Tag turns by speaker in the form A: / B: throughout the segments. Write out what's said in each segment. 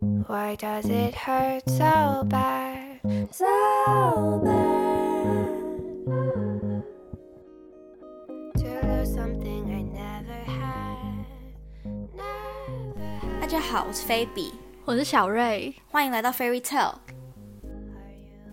A: Why does it hurt so bad?
B: So bad.
A: To lose something I never had. Never
B: 大
A: had.
B: 家好，我是菲比，
C: 我是小瑞。
B: 欢迎来到 Fairy Tale。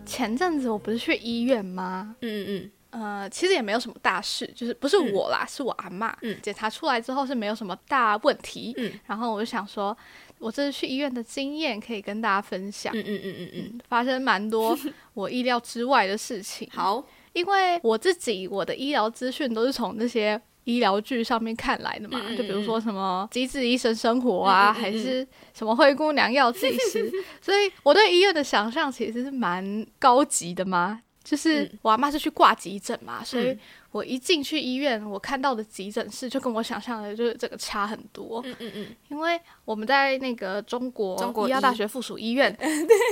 C: 前阵子我不是去医院吗？
B: 嗯嗯
C: 呃，其实也没有什么大事，就是不是我啦，是我阿妈。
B: 嗯
C: 检查出来之后是没有什么大问题。
B: 嗯，
C: 然后我就想说，我这次去医院的经验可以跟大家分享。
B: 嗯嗯嗯嗯嗯，
C: 发生 蛮多我意料之外的事情。，
B: 好，
C: 因为我自己我的医疗资讯都是从那些医疗剧上面看来的嘛，
B: 嗯嗯嗯
C: 就比如说什么《机智医生生活》啊，
B: 嗯嗯嗯嗯
C: 还是什么《灰姑娘药剂师》，所以我对医院的想象其实是蛮高级的嘛。就是
B: 嗯
C: 我阿妈是去挂急诊嘛，所以
B: 嗯
C: 我一进去医院，我看到的急诊室就跟我想象的就是这个差很多。
B: 嗯嗯嗯，
C: 因为我们在那个中国
B: 中国
C: 医药
B: 医
C: 大学附属 医院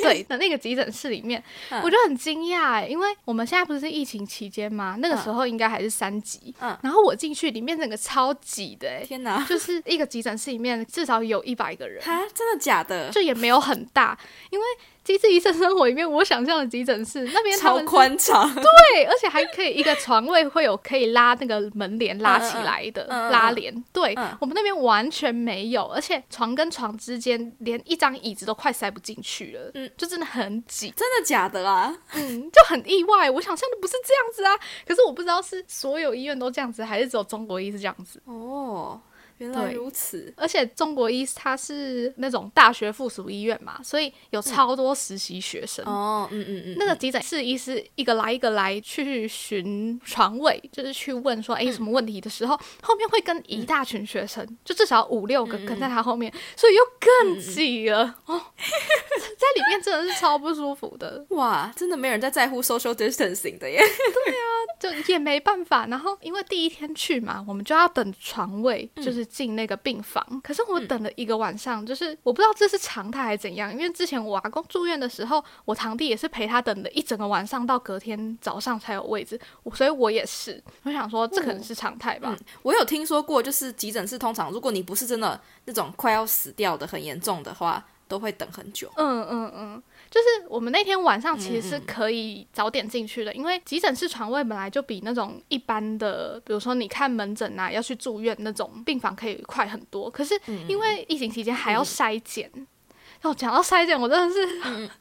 C: 对的那个急诊室里面，
B: 嗯
C: 我就很惊讶哎，因为我们现在不是疫情期间嘛，那个时候应该还是三级，
B: 嗯
C: 然后我进去里面整个超挤的哎，
B: 天哪，
C: 就是一个急诊室里面至少有一百个人，
B: 哈，真的假的？
C: 就也没有很大，因为机智医生生活里面我想象的急诊室那边他
B: 超
C: 们是
B: 宽敞，
C: 对，而且还可以一个床位会有可以拉那个门帘拉起来的
B: 嗯嗯嗯
C: 拉帘，对
B: 嗯
C: 我们那边完全没有，而且床跟床之间连一张椅子都快塞不进去了，
B: 嗯
C: 嗯，就真的很挤，
B: 真的假的啊？
C: 嗯，就很意外，我想象的不是这样子啊，可是我不知道是所有医院都这样子，还是只有中国医是这样子。
B: 哦，原来
C: 对
B: 如此，
C: 而且中国医它是那种大学附属医院嘛，所以
B: 嗯
C: 有超多实习学生。
B: 哦，嗯嗯嗯，
C: 那个急诊室医师一个来一个来去寻床位，就是去问说，哎、什么问题的时候，后面会跟一大群学生，就至少五六个跟在他后面，所以又
B: 嗯
C: 更挤了、哦，在里面真的是超不舒服的，
B: 哇，真的没有人在在乎 social distancing 的耶，
C: 就也没办法。然后因为第一天去嘛，我们就要等床位，就是进那个病房。可是我等了一个晚上，就是我不知道这是常态还是怎样，因为之前我阿公住院的时候，我堂弟也是陪他等了一整个晚上，到隔天早上才有位置，我所以我也是，我想说这可能是常态吧。
B: 我有听说过，就是急诊室通常如果你不是真的那种快要死掉的很严重的话，都会等很久。
C: 嗯嗯嗯，就是我们那天晚上其实是可以早点进去的，因为急诊室床位本来就比那种一般的，比如说你看门诊啊，要去住院那种病房可以快很多。可是因为疫情期间还要筛检。哦，讲到筛检，我真的是，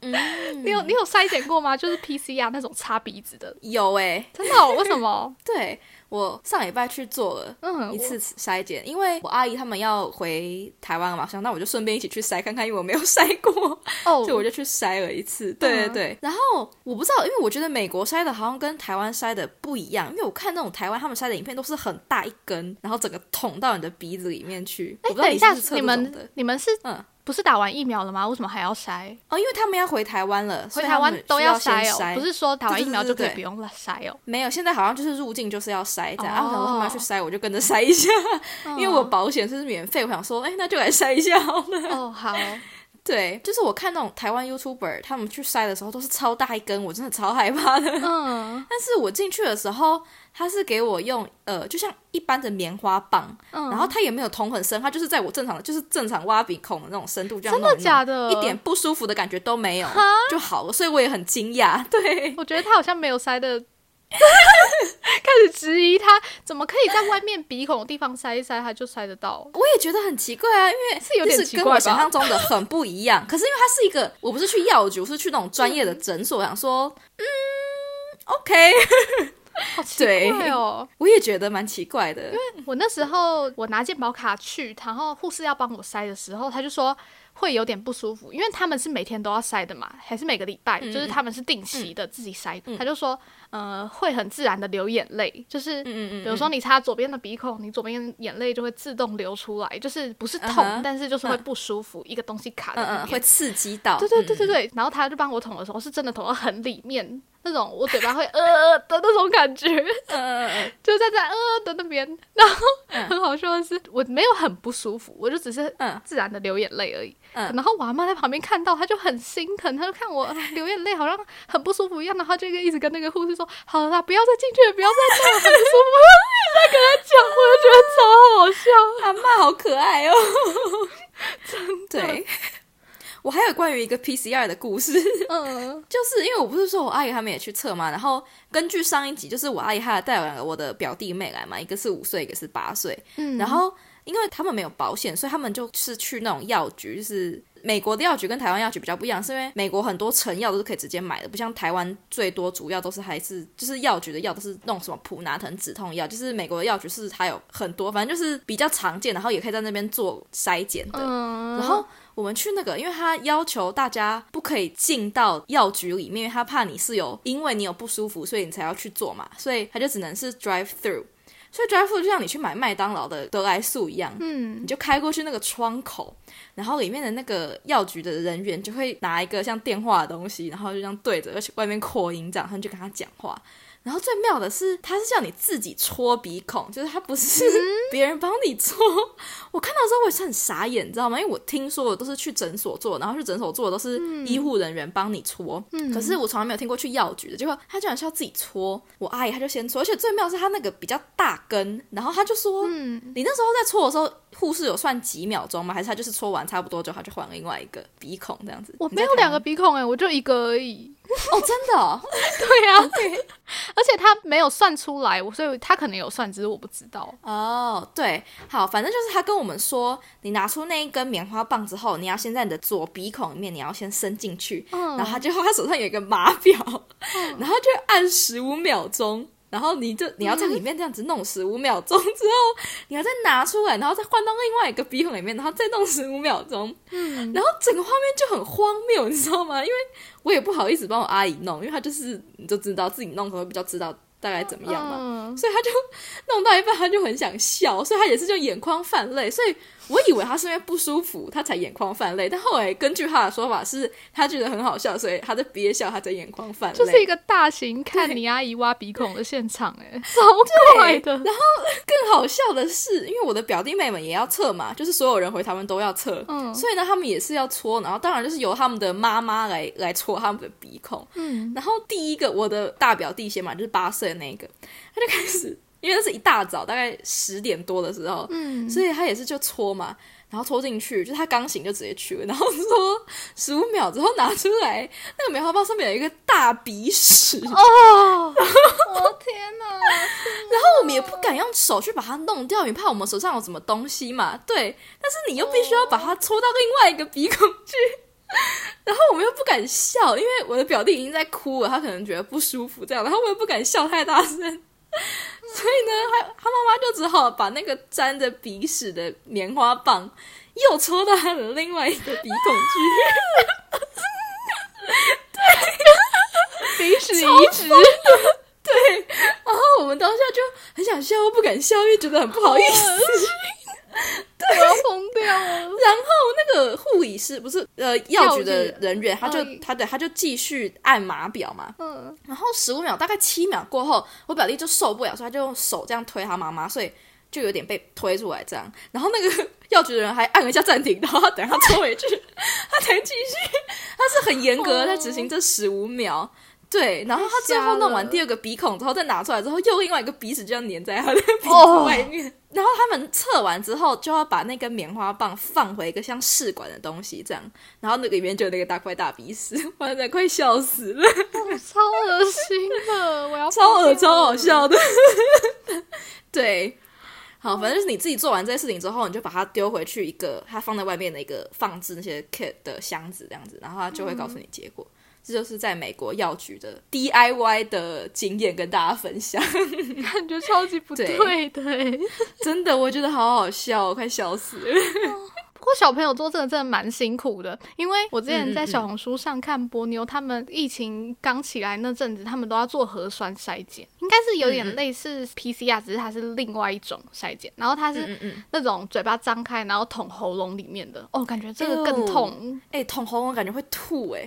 C: 你有你有筛检过吗？就是 PCR 那种擦鼻子的，
B: 有诶、
C: 真的、哦？为什么？
B: 对我上礼拜去做了。
C: 嗯，
B: 一次筛检，因为我阿姨他们要回台湾了嘛，想那我就顺便一起去筛看看，因为我没有筛过，
C: 我哦，嗯
B: 所以我就去筛了一次。对对对，然后我不知道，因为我觉得美国筛的好像跟台湾筛的不一样，因为我看那种台湾他们筛的影片都是很大一根，然后整个捅到你的鼻子里面去。我
C: 哎，
B: 不知道
C: 等
B: 你
C: 一
B: 是
C: 下
B: 不是，测
C: 你
B: 这种的
C: 们你们是
B: 嗯
C: 不是打完疫苗了吗？为什么还要筛？
B: 哦，因为他们要回台湾了，所
C: 回
B: 以
C: 台
B: 他
C: 湾
B: 们
C: 都
B: 需要先
C: 筛
B: 筛
C: 哦，不是说打完疫苗就可
B: 对对对对
C: 以
B: 对
C: 不用了筛哦。
B: 没有，现在好像就是入境就是要筛这样。啊，我想说他们要去
C: 哦
B: 筛，我就跟着筛一下，因为我
C: 嗯
B: 保险是免费，我想说，哎，那就来筛一下好了。
C: 哦，好，
B: 对，就是我看那种台湾 YouTuber 他们去筛的时候都是超大一根，我真的超害怕的。
C: 嗯
B: 但是我进去的时候，他是给我用呃，就像一般的棉花棒，
C: 嗯，
B: 然后它也没有捅很深，它就是在我正常的，就是正常挖鼻孔的那种深度，这样
C: 真的
B: 弄一弄
C: 假的？
B: 一点，不舒服的感觉都没有就好了，所以我也很惊讶。对，
C: 我觉得他好像没有塞 的。开始质疑他怎么可以在外面鼻孔的地方塞一塞，他就塞得 到？
B: 我也觉得很奇怪啊，因为
C: 哎是有点
B: 就
C: 奇
B: 跟
C: 怪
B: 我
C: 吧
B: 想象中的很不一 样。可是因为它是一个，我不是去药局，我是去那种专业的诊所，我想说，嗯，OK，
C: 好奇
B: 对
C: 怪哦！
B: 我也觉得蛮奇怪的。
C: 我那时候我拿健保卡去，然后护士要帮我塞的时候，他就说会有点不舒服，因为他们是每天都要塞的嘛，还是每个礼
B: 嗯
C: 拜，就是他们是定期的自己塞。他就说，呃，会很自然的流眼泪，就是
B: 嗯
C: 比如说你擦左边的鼻孔，你左边眼泪就会自动流出来，就是不是
B: 嗯
C: 痛
B: 哼
C: 但是就是会不舒服，一个东西卡
B: 嗯
C: 在里
B: 嗯，会嗯
C: 面。
B: 刺激到。
C: 对对对对对，然后他就帮我捅的时候，是真的捅到很里面，那种我嘴巴会呃的那种感觉，
B: 嗯嗯 嗯
C: 就站在呃的那边。然后很好笑的是，我没有很不舒服，我就只是
B: 嗯
C: 自然的流眼泪而已。
B: 嗯
C: 然后我阿妈在旁边看到，她就很心疼，她就看 我流眼泪，好像很不舒服一样，然后她就一直跟那个护士说：“好了啦，不要再进去了，不要再进了，很不舒服。” 一直在跟她讲，我就觉得超好笑。
B: 嗯，阿妈好可爱哦。对，我还有关于一个 PCR 的故事，
C: 嗯，
B: 就是因为我不是说我阿姨他们也去测嘛，然后根据上一集，就是我阿姨她带了两个我的表弟妹来嘛，一个是五岁，一个是八岁，
C: 嗯
B: 然后因为他们没有保险，所以他们就是去那种药局，就是美国的药局跟台湾药局比较不一样，是因为美国很多成药都是可以直接买的，不像台湾最多主要都是还是就是药局的药都是那种什么普拿疼止痛药，就是美国的药局是还有很多，反正就是比较常见，然后也可以在那边做筛检的。
C: 嗯，
B: 然后我们去那个，因为他要求大家不可以进到药局里面，因为他怕你是有，因为你有不舒服，所以你才要去做嘛，所以他就只能是 drive through。所以 drive through 就像你去买麦当劳的得来速一样，你
C: 嗯，
B: 就开过去那个窗口，然后里面的那个药局的人员就会拿一个像电话的东西，然后就这样对着，而且外面扩音这样，他们就跟他讲话。然后最妙的是，他是叫你自己戳鼻孔，就是他不是
C: 嗯
B: 别人帮你戳。我看到的时候我也是很傻眼，你知道吗？因为我听说的都是去诊所做，然后去诊所做的都是
C: 嗯
B: 医护人员帮你戳，可是我从来没有听过去药局的。结果他居然是要自己戳，我阿姨她就先戳，而且最妙的是他那个比较大根，然后他就说，
C: 嗯
B: 你那时候在搓的时候，护士有算几秒钟吗？还是他就是搓完差不多就他就换另外一个鼻孔这样子？
C: 我
B: 你在
C: 没有
B: 台
C: 两
B: 湾
C: 个鼻孔哎、我就一个而已。
B: 哦，真的、哦，
C: 对 呀、而且他没有算出来，我所以他可能有算，只是我不知道。
B: 哦，对，好，反正就是他跟我们说，你拿出那一根棉花棒之后，你要先在你的左鼻孔里面，你要先伸进去，
C: 嗯
B: 然后他就他手上有一个码表，然后就按十五秒钟，然后你
C: 嗯
B: 就你要在里面这样子弄十五秒钟之后，你要再拿出来，然后再换到另外一个鼻孔里面，然后再弄十五秒钟，嗯，然后整个画面就很荒谬，你知道吗？因为我也不好意思帮我阿姨弄，因为她就是你就知道自己弄可能会比较知道大概怎么样嘛，
C: 嗯，
B: 所以他就弄到一半，他就很想笑，所以他也是就眼眶泛泪。所以我以为他是因为不舒服，他才眼眶泛泪，但后来根据他的说法是，他觉得很好笑，所以他在憋笑，他在眼眶泛泪。
C: 就是一个大型看你阿姨挖鼻孔的现 场哎、超怪的。
B: 更好笑的是，因为我的表弟妹们也要测嘛，就是所有人回台湾都要测，
C: 嗯
B: 所以呢，他们也是要搓，然后当然就是由他们的妈妈来来搓他们的鼻孔。
C: 嗯，
B: 然后第一个我的大表弟先嘛，就是八岁的那个，他就开始，因为那是一大早，大概十点多的时候，
C: 嗯
B: 所以他也是就戳嘛，然后戳进去，就是他刚醒就直接去了，然后说十五秒之后拿出来，那个棉花棒上面有一个大鼻屎，然后
C: 哦，我天哪！
B: 我们也不敢用手去把它弄掉，也怕我们手上有什么东西嘛，对，但是你又必须要把它戳到另外一个鼻孔去。 然后我们又不敢笑，因为我的表弟已经在哭了，他可能觉得不舒服这样，然后我也不敢笑太大声，所以 呢，他他妈妈就只好把那个沾着鼻屎的棉花棒又戳到他的另外一个鼻孔去，
C: 鼻屎移植，
B: 然后我们当下就很想笑又不敢笑，因为觉得很不好意思。
C: 我要疯掉了。
B: 然后那个护理师不是呃药局的人员，他就
C: 嗯
B: 他对他就继续按码表嘛，
C: 嗯，
B: 然后十五秒，大概七秒过后，我表弟就受不了，所以他就用手这样推他妈妈，所以就有点被推出来这样。然后那个药局的人还按了一下暂停，然后他等他抽回去， 他才继续。他是很严格地
C: 哦
B: 在执行这十五秒。对，然后他最
C: 瞎
B: 后
C: 了
B: 弄完第二个鼻孔之后，再拿出来之后，又另外一个鼻屎就要粘在他的鼻子外面。然后他们测完之后，就要把那根棉花棒放回一个像试管的东西，这样。然后那个里面就有那个大块大鼻屎，我真的快笑死了。
C: 哦超恶心的，我要
B: 超恶
C: 恶
B: 超好。笑的。对，好，反正就是你自己做完这些事情之后，你就把它丢回去一个它放在外面的一个放置那些 kit 的箱子这样子，然后它就会告诉你结果。这就是在美国药局的 DIY 的经验跟大家分享，
C: 感觉超级不对的欸。
B: 真的我觉得好好笑，我快笑死了。
C: 不过小朋友做这个真的蛮辛苦的，因为我之前
B: 嗯嗯
C: 在
B: 嗯
C: 小红书上看波妞他们疫情刚起来那阵子，他们都要做核酸筛检，应该
B: 嗯
C: 是有点类似 PCR，只是它是另外一种筛检，然后它是
B: 嗯嗯，
C: 那种嘴巴张开，然后捅喉咙里面的，哦，感觉这个
B: 哎呦
C: 更痛，
B: 哎、捅喉咙感觉会吐哎、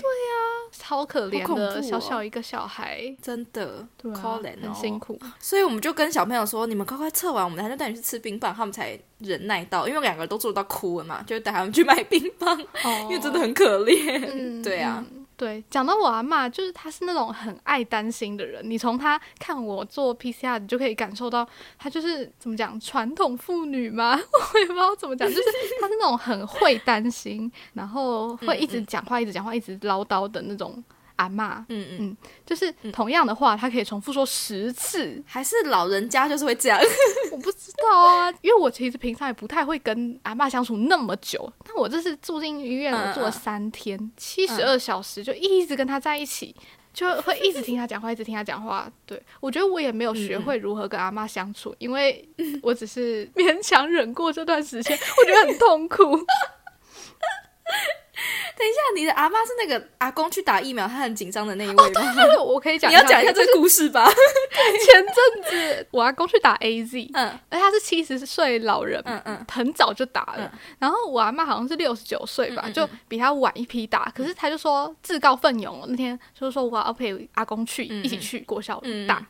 C: 超可怜
B: 好恐怖
C: 的，
B: 哦
C: 小小一个小孩，
B: 真的，
C: 对啊
B: 可怜哦
C: 很 辛苦。
B: 所以我们就跟小朋友说，你们快快测完，我们还就带你去吃冰棒，他们才忍耐到，因为两个人都做到哭了嘛，就带他们去买冰棒，
C: 哦
B: 因为真的很可怜。
C: 嗯
B: 对啊，
C: 嗯对，讲到我阿嬷，就是她是那种很爱担心的人。你从她看我做 PCR，你就可以感受到她就是怎么讲传统妇女吗？ 我也不知道怎 么讲，就是她是那种很会担心，然后会一直讲话、一直讲话、一直唠叨的那种阿嬷。
B: 嗯嗯，
C: 就是同样的话，她可以重复说十次。
B: 还是老人家就是会这样。 啊
C: 我不知道啊，因为我其实平常也不太会跟阿嬷相处那么久，但我这次住进医院，
B: 嗯
C: 我住了三天，七十二小时就一直跟她在一起，就会一直听她讲话，一直听她讲话。对我觉得我也没有
B: 嗯
C: 学会如何跟阿嬷相处，因为我只是勉强忍过这段时间，我觉得很痛苦。
B: 嗯那你的阿妈是那个阿公去打疫苗，他很紧张的那一位吗？
C: 但是我可以讲
B: 你
C: 一下，
B: 要哦讲一下这个故事吧。
C: 前阵子我阿公去打 A Z，
B: 嗯
C: 而哎他是七十岁老人，
B: 嗯嗯
C: 很早就打了。然后我阿妈好像是六十九岁
B: 嗯
C: 吧，
B: 嗯嗯嗯
C: 就比他晚一批打。可是他就说自告奋勇，那天就是说我要陪阿公去，
B: 嗯嗯
C: 一起去国小
B: 嗯嗯
C: 打。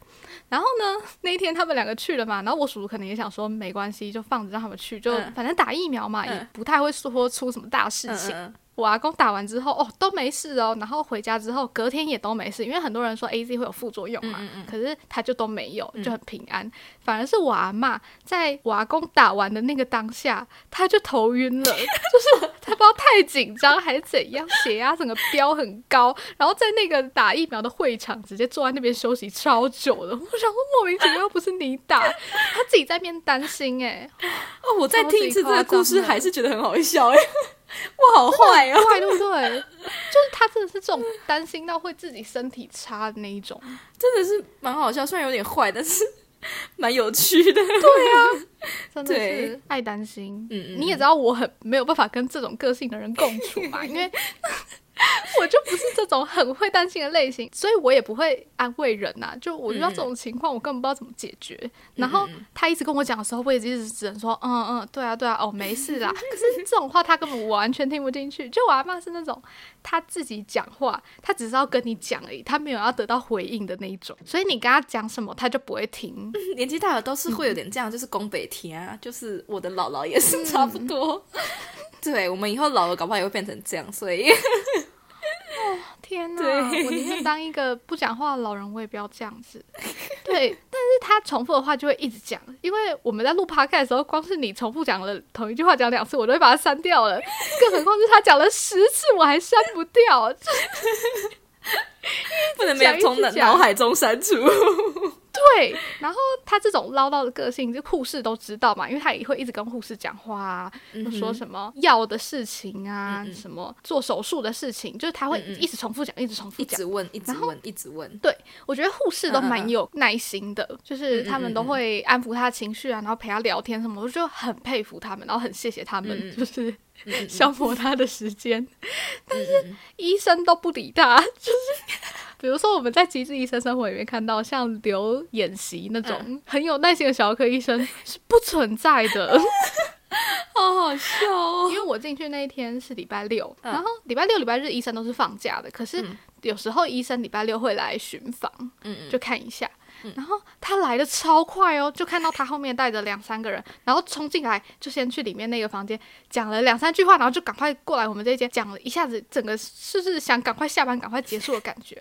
C: 然后呢，那一天他们两个去了嘛，然后我叔叔可能也想说没关系，就放着让他们去，就
B: 嗯
C: 反正打疫苗嘛，也
B: 嗯
C: 不太会说出什么大事情。
B: 嗯
C: 我阿公打完之后，哦，都没事哦。然后回家之后，隔天也都没事，因为很多人说 A Z 会有副作用嘛，
B: 嗯嗯嗯
C: 可是他就都没有，就很平安。反而是我阿嬷在我阿公打完的那个当下，他就头晕了， 就是他不知道太紧张还是怎样，血压整个飙很高，然后在那个打疫苗的会场直接坐在那边休息超久的。 我想说莫名其妙又不是你打，他自己在那边担心哎、
B: 哦，我再听一次这个故事，
C: 超级夸张的
B: 还是觉得很好笑哎、我好坏哦。
C: 怪对不对？就是他真的是这种担心到会自己身体差的那一种。
B: 真的是蛮好笑，虽然有点坏，但是 蛮有趣的。
C: 真的是
B: 对
C: 爱担心。
B: 嗯嗯
C: 你也知道我很没有办法跟这种个性的人共处嘛，因为我就不是这种很会担心的类型，所以我也不会安慰人呐、就我遇到这
B: 嗯
C: 种情况，我根本不知道怎么解决。然后他一直跟我讲的时候，我也一直只能说，嗯嗯，对啊对啊，哦没事啦。可是这种话他根本完全听不进去。就我阿妈是那种他自己讲话，他只是要跟你讲而已，他没有要得到回应的那一种，所以你跟他讲什么，他就不会听。
B: 年纪大了都是
C: 嗯
B: 会有点这样，就是宫北田啊，就是我的姥姥也是差不多。对我们以后老了，搞不好也会变成这样，所 以
C: 天呐，
B: 对
C: 我宁愿当一个不讲话的老人，我也不要这样子。对，但是他重复的话就会一直讲，因为我们在录 podcast 的时候，光是你重复讲了同一句话讲两次，我都会把它删掉了，更何况是他讲了十次，我还删不掉。就
B: 不能没有从
C: 一直讲啊
B: 脑海中删除。
C: 对，然后他这种唠叨的个性，就护士都知道嘛，因为他也会一直跟护士讲话啊，
B: 嗯
C: 就说什么药的事情啊，
B: 嗯嗯
C: 什么做手术的事情，就是他会
B: 嗯嗯
C: 一直重复讲，一直重复
B: 一
C: 讲
B: 直。问，一直
C: 然后
B: 问，一直问。
C: 我觉得护士都
B: 嗯
C: 蛮
B: 嗯嗯
C: 有耐心的，就是他
B: 嗯
C: 们都会安抚他的情绪啊，然后陪他聊天什么，我就很佩服他们，然后很谢谢他们，
B: 嗯嗯
C: 就是
B: 嗯嗯
C: 消磨他的时间。
B: 但是
C: 医生都不理他，就是 比如说我们在《机智医生生活》里面看到，像刘演习那种、
B: 嗯
C: 很有耐心的小儿科医生是不存在的。
B: 好好笑哦。
C: 因为我进去那一天是礼拜六，
B: 嗯
C: 然后礼拜六、礼拜日医生都是放假的，可是
B: 嗯
C: 有时候医生礼拜六会来巡访，
B: 嗯嗯
C: 哎就看一下。然后他来的超快哦，就看到他后面带着两三个人，然后冲进来，就先去里面那个房间讲了两三句话，然后就赶快过来我们这一间讲了一下子，整个就是想赶快下班、赶快结束的感 觉。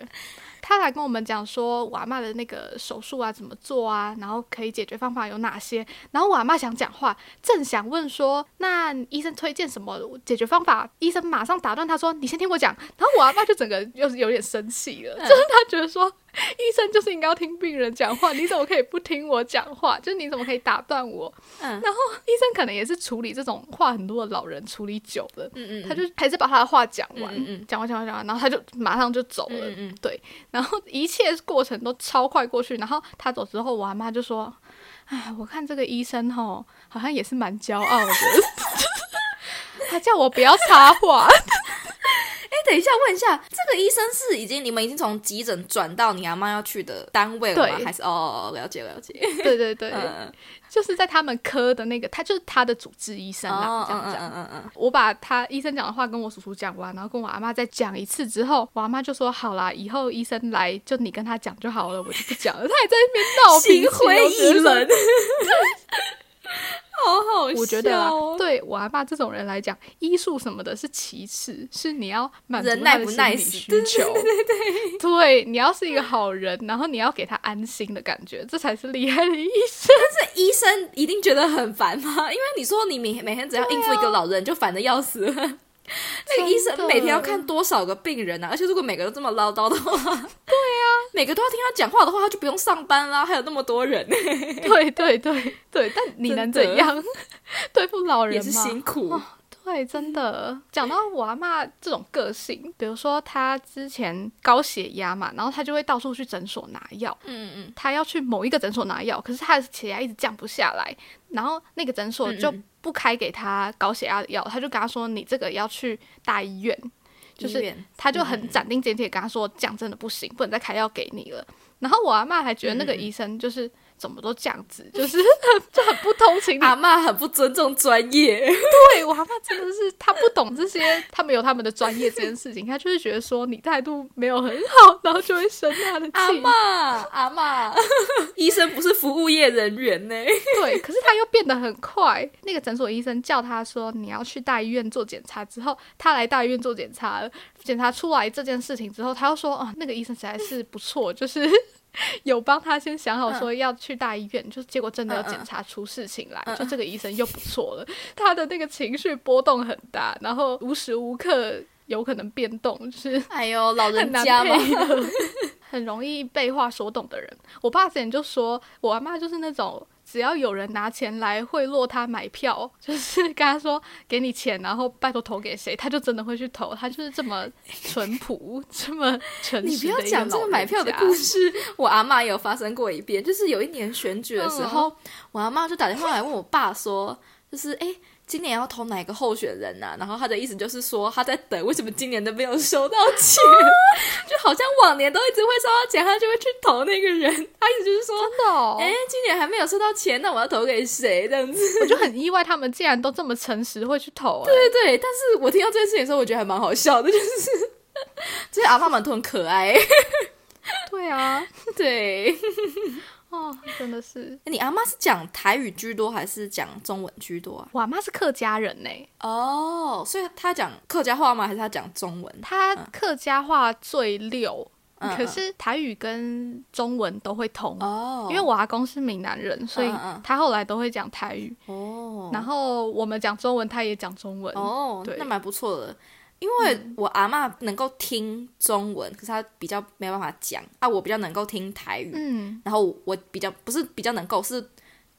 C: 他来跟我们讲说我阿嬷的那个手术啊怎么做啊，然后可以解决方法有哪些。然后我阿嬷想讲话，正想问说那医生推荐什么解决方法，医生马上打断他说你先听我讲。然后我阿嬷就整个又是有点生气
B: 嗯
C: 了，就是他觉得说医生就是应该要听病人讲话， 你怎么可以不听我讲话？就是你怎么可以打断我？
B: 嗯
C: 然后医生可能也是处理这种话很多的老人处理久了，
B: 嗯嗯，
C: 他就还是把他的话讲完，
B: 嗯嗯嗯
C: 讲完讲完讲完，然后他就马上就走了。
B: 嗯嗯
C: 对，然后一切过程都超快过去。然后他走之后，我阿妈就说：“哎，我看这个医生吼，好像也是蛮骄傲的。” 他叫我不要插话，
B: 哎，等一下，问一下，这个医生是已经你们已经从急诊转到你阿妈要去的单位了吗？
C: 对
B: 还是哦，了解了解。
C: 对对对，
B: 嗯
C: 就是在他们科的那个，他就是他的主治医生啊，
B: 哦，
C: 这
B: 嗯
C: 样
B: 嗯
C: 讲。
B: 嗯嗯嗯，
C: 我把他医生讲的话跟我叔叔讲完，然后跟我阿妈再讲一次之后，我阿妈就说：“好啦，以后医生来就你跟他讲就
B: 哦
C: 哦好了，我就不讲了。”他还在那边闹脾
B: 心
C: 气，
B: 灰意冷。好好笑、哦。
C: 我觉得啊，对我阿爸这种人来讲，医术什么的是其次，是你要满足
B: 人
C: 他
B: 耐
C: 的
B: 不
C: 心
B: 耐
C: 理
B: 死
C: 需
B: 对
C: 求，对对对你要是一个好人，然后你要给他安心的感觉，这才是厉害的医生。
B: 医生一定觉得很烦吗？ 因为你说你每每天只要应付一个老人，就烦的要死 了。那个医
C: 真的
B: 生每天要看多少个病人啊？而且如果每个都这么唠叨的话，对啊， 每个都要听他讲话的话，他就不用上班啦。还有那么多人，
C: 对对对对，但你能
B: 真的
C: 怎样 对付老人
B: 也
C: 吗？
B: 是辛苦。
C: 对，真的。讲到我阿妈这种个性，比如说她之前高血压嘛，然后她就会到处去诊所拿药。
B: 嗯嗯，
C: 她要去某一个诊所拿药，可是她的血压一直降不下来，然后那个诊所
B: 嗯嗯
C: 就不开给她高血压的药，她就跟她说：“你这个要去大医院。”就
B: 医
C: 是
B: 院嗯
C: 她就很斩钉截铁跟她说：“这样真的不行，不能再开药给你了。”然后我阿妈还觉得那个
B: 嗯
C: 医生就是怎么都这样子，就是 就很不通情理
B: 阿妈很不尊重专 业，
C: 对我阿妈真的是，她不懂这些，他们有他们的专业这件事情，她就是觉得说你态度没有很好，然后就会生她的
B: 阿
C: 气
B: 妈。阿妈， 医生不是服务业人员呢、
C: 对，可是她又变得很快。那个诊所医生叫她说你要去大医院做检查，之后她来大医院做检查了，检查出来这件事情之后，她又说哦，那个医生实在是不错，就是。 有帮她先想好说要去大医院，就结果真的有
B: 嗯嗯
C: 检查出事情来，
B: 嗯
C: 就这个医生又不错了， 他的那个情绪波动很大，然后无时无刻有可能变动，就是
B: 哎呦，老
C: 很
B: 人
C: 难
B: 家嘛，
C: 配合 很容易被话所动的人。我爸之前就说，我阿妈就是那种。只要有人拿钱来贿赂他买票，就是跟他说给你钱，然后拜托投给谁，他就真的会去投。他就是这么淳朴， 这么诚
B: 你不
C: 实
B: 要
C: 的一
B: 讲这
C: 老
B: 个买
C: 人
B: 票的
C: 家
B: 故事，我阿妈也有发生过一遍，就是有一年选举的时候，我阿妈就打电话来问我爸说，就是哎。诶今年要投哪个候选人呐、然后他的意思就是说他在等，为什么今年都没有收到钱？ 就好像往年都一直会收到钱，他就会去投那个人。他意思就是说，
C: 真的、哦，
B: 哎、今年还没有收到钱，那我要投给谁？这样子。
C: 我就很意外，他们竟然都这么诚实，会去投、哎
B: 对对，但是我听到这件事情的时候，我觉得还蛮好笑的，就是就是阿妈们都很可爱。
C: 对啊，
B: 对，
C: 哦，真的是，
B: 你阿妈是讲台语居多还是讲中文居多啊？
C: 我阿妈是客家人欸呢、
B: 哦、所以她讲客家话吗？还是她讲中文？
C: 她客家话最溜，
B: 嗯
C: 可是台语跟中文都会通。
B: 哦，
C: 因为我阿公是闽南人，所以
B: 嗯嗯
C: 他后来都会讲台语，
B: 哦，
C: 然后我们讲中文，他也讲中文。
B: 哦
C: 对，
B: 那蛮不错的。因为我阿妈能够听中文，可是她比较没有办法讲啊，我比较能够听台语，
C: 嗯，
B: 然后我比较不是比较能够，是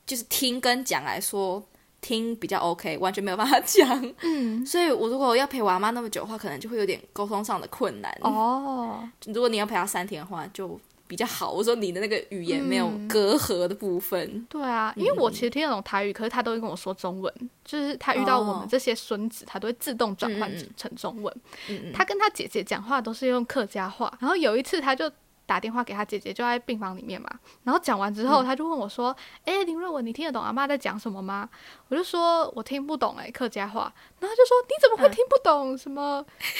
B: 就是听跟讲来说，听比较 OK，完全没有办法讲。
C: 嗯，
B: 所以我如果要陪我阿妈那么久的话，可能就会有点沟通上的困难。
C: 哦，
B: 如果你要陪他三天的话，就比较好。我说你的那个语言没有
C: 嗯
B: 隔阂的部分，
C: 对啊，
B: 嗯
C: 因为我其实听得懂台语，可是他都会跟我说中文，就是他遇到我
B: 哦
C: 们这些孙子，他都会自动转换
B: 嗯嗯嗯
C: 成中文。
B: 嗯，
C: 他跟他姐姐讲话都是用客家话，然后有一次他就打电话给他姐姐，就在病房里面嘛。然后讲完之后，他就问我说：“哎、林瑞文，你听得懂阿妈在讲什么吗？”我就说：“我听不懂哎、客家话。”然后他就说：“你怎么会听不懂？什么、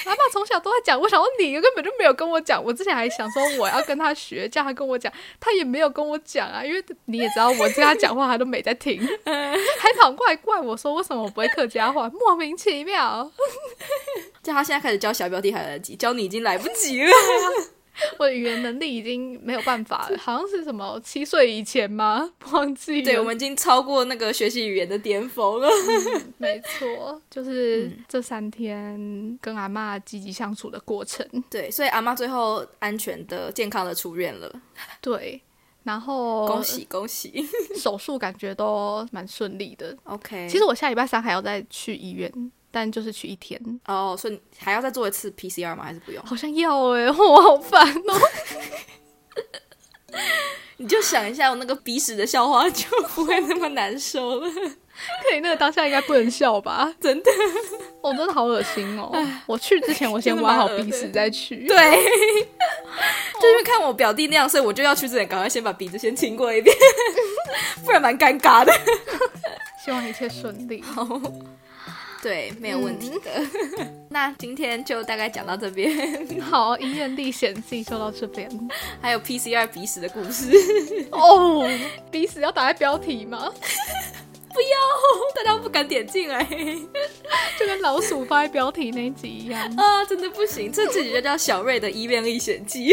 C: 阿妈从小都在讲？”我想说你根本就没有跟我讲，我之前还想说我要跟他学，叫他跟我讲，他也没有跟我讲啊，因为你也知道我跟他讲话，他都没在听，还跑过来怪我说为什么我不会客家话，莫名其妙。
B: 叫他现在开始教小标题还来 得及，教你已经来不及了。
C: 我的语言能力已经没有办法了，好像是什么七岁以前吗？ 忘记了。
B: 对，我们已经超过那个学习语言的巅峰 了。
C: 没错，就是这三天跟阿嬷积极相处的过程。
B: 对，所以阿妈最后安全的、健康的出院了，
C: 对，然后
B: 恭喜恭 喜。
C: 手术感觉都蛮顺利的。
B: OK，
C: 其实我下礼拜三还要再去医院，但就是去一天。
B: 哦，所以你还要再做一次 PCR 吗？还是不用？
C: 好像要哎、 我好烦哦、
B: 你就想一下，我那个鼻屎的笑话就不会那么难受了。
C: 可以，那个当下应该不能笑吧？
B: 真 的，
C: 我、真的好恶心哦、我去之前，我先
B: 真的
C: 挖
B: 蛮
C: 好
B: 恶
C: 鼻
B: 的
C: 屎再去。
B: 对，就是因为看我表弟那样，所以我就要去之前赶快先把鼻子先清过一遍， 不然蛮尴尬的。
C: 希望一切顺利。
B: 对，没有问题的。 那今天就大概讲到这边，
C: 好，《医院历险记》就到这边。
B: 还有 PCR 鼻屎的故事，
C: 哦，鼻屎要打在标题吗？
B: 不不要，大家不敢点进来
C: 就跟老鼠发标题那一集一样。
B: 啊！真的不行，这自己就叫小瑞的《医院历险 记》，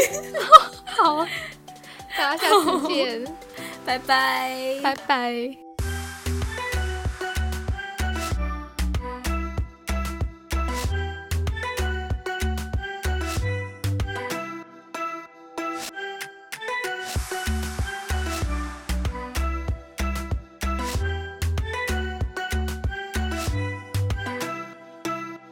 C: 好，大家下次见，
B: 拜拜，
C: 拜拜。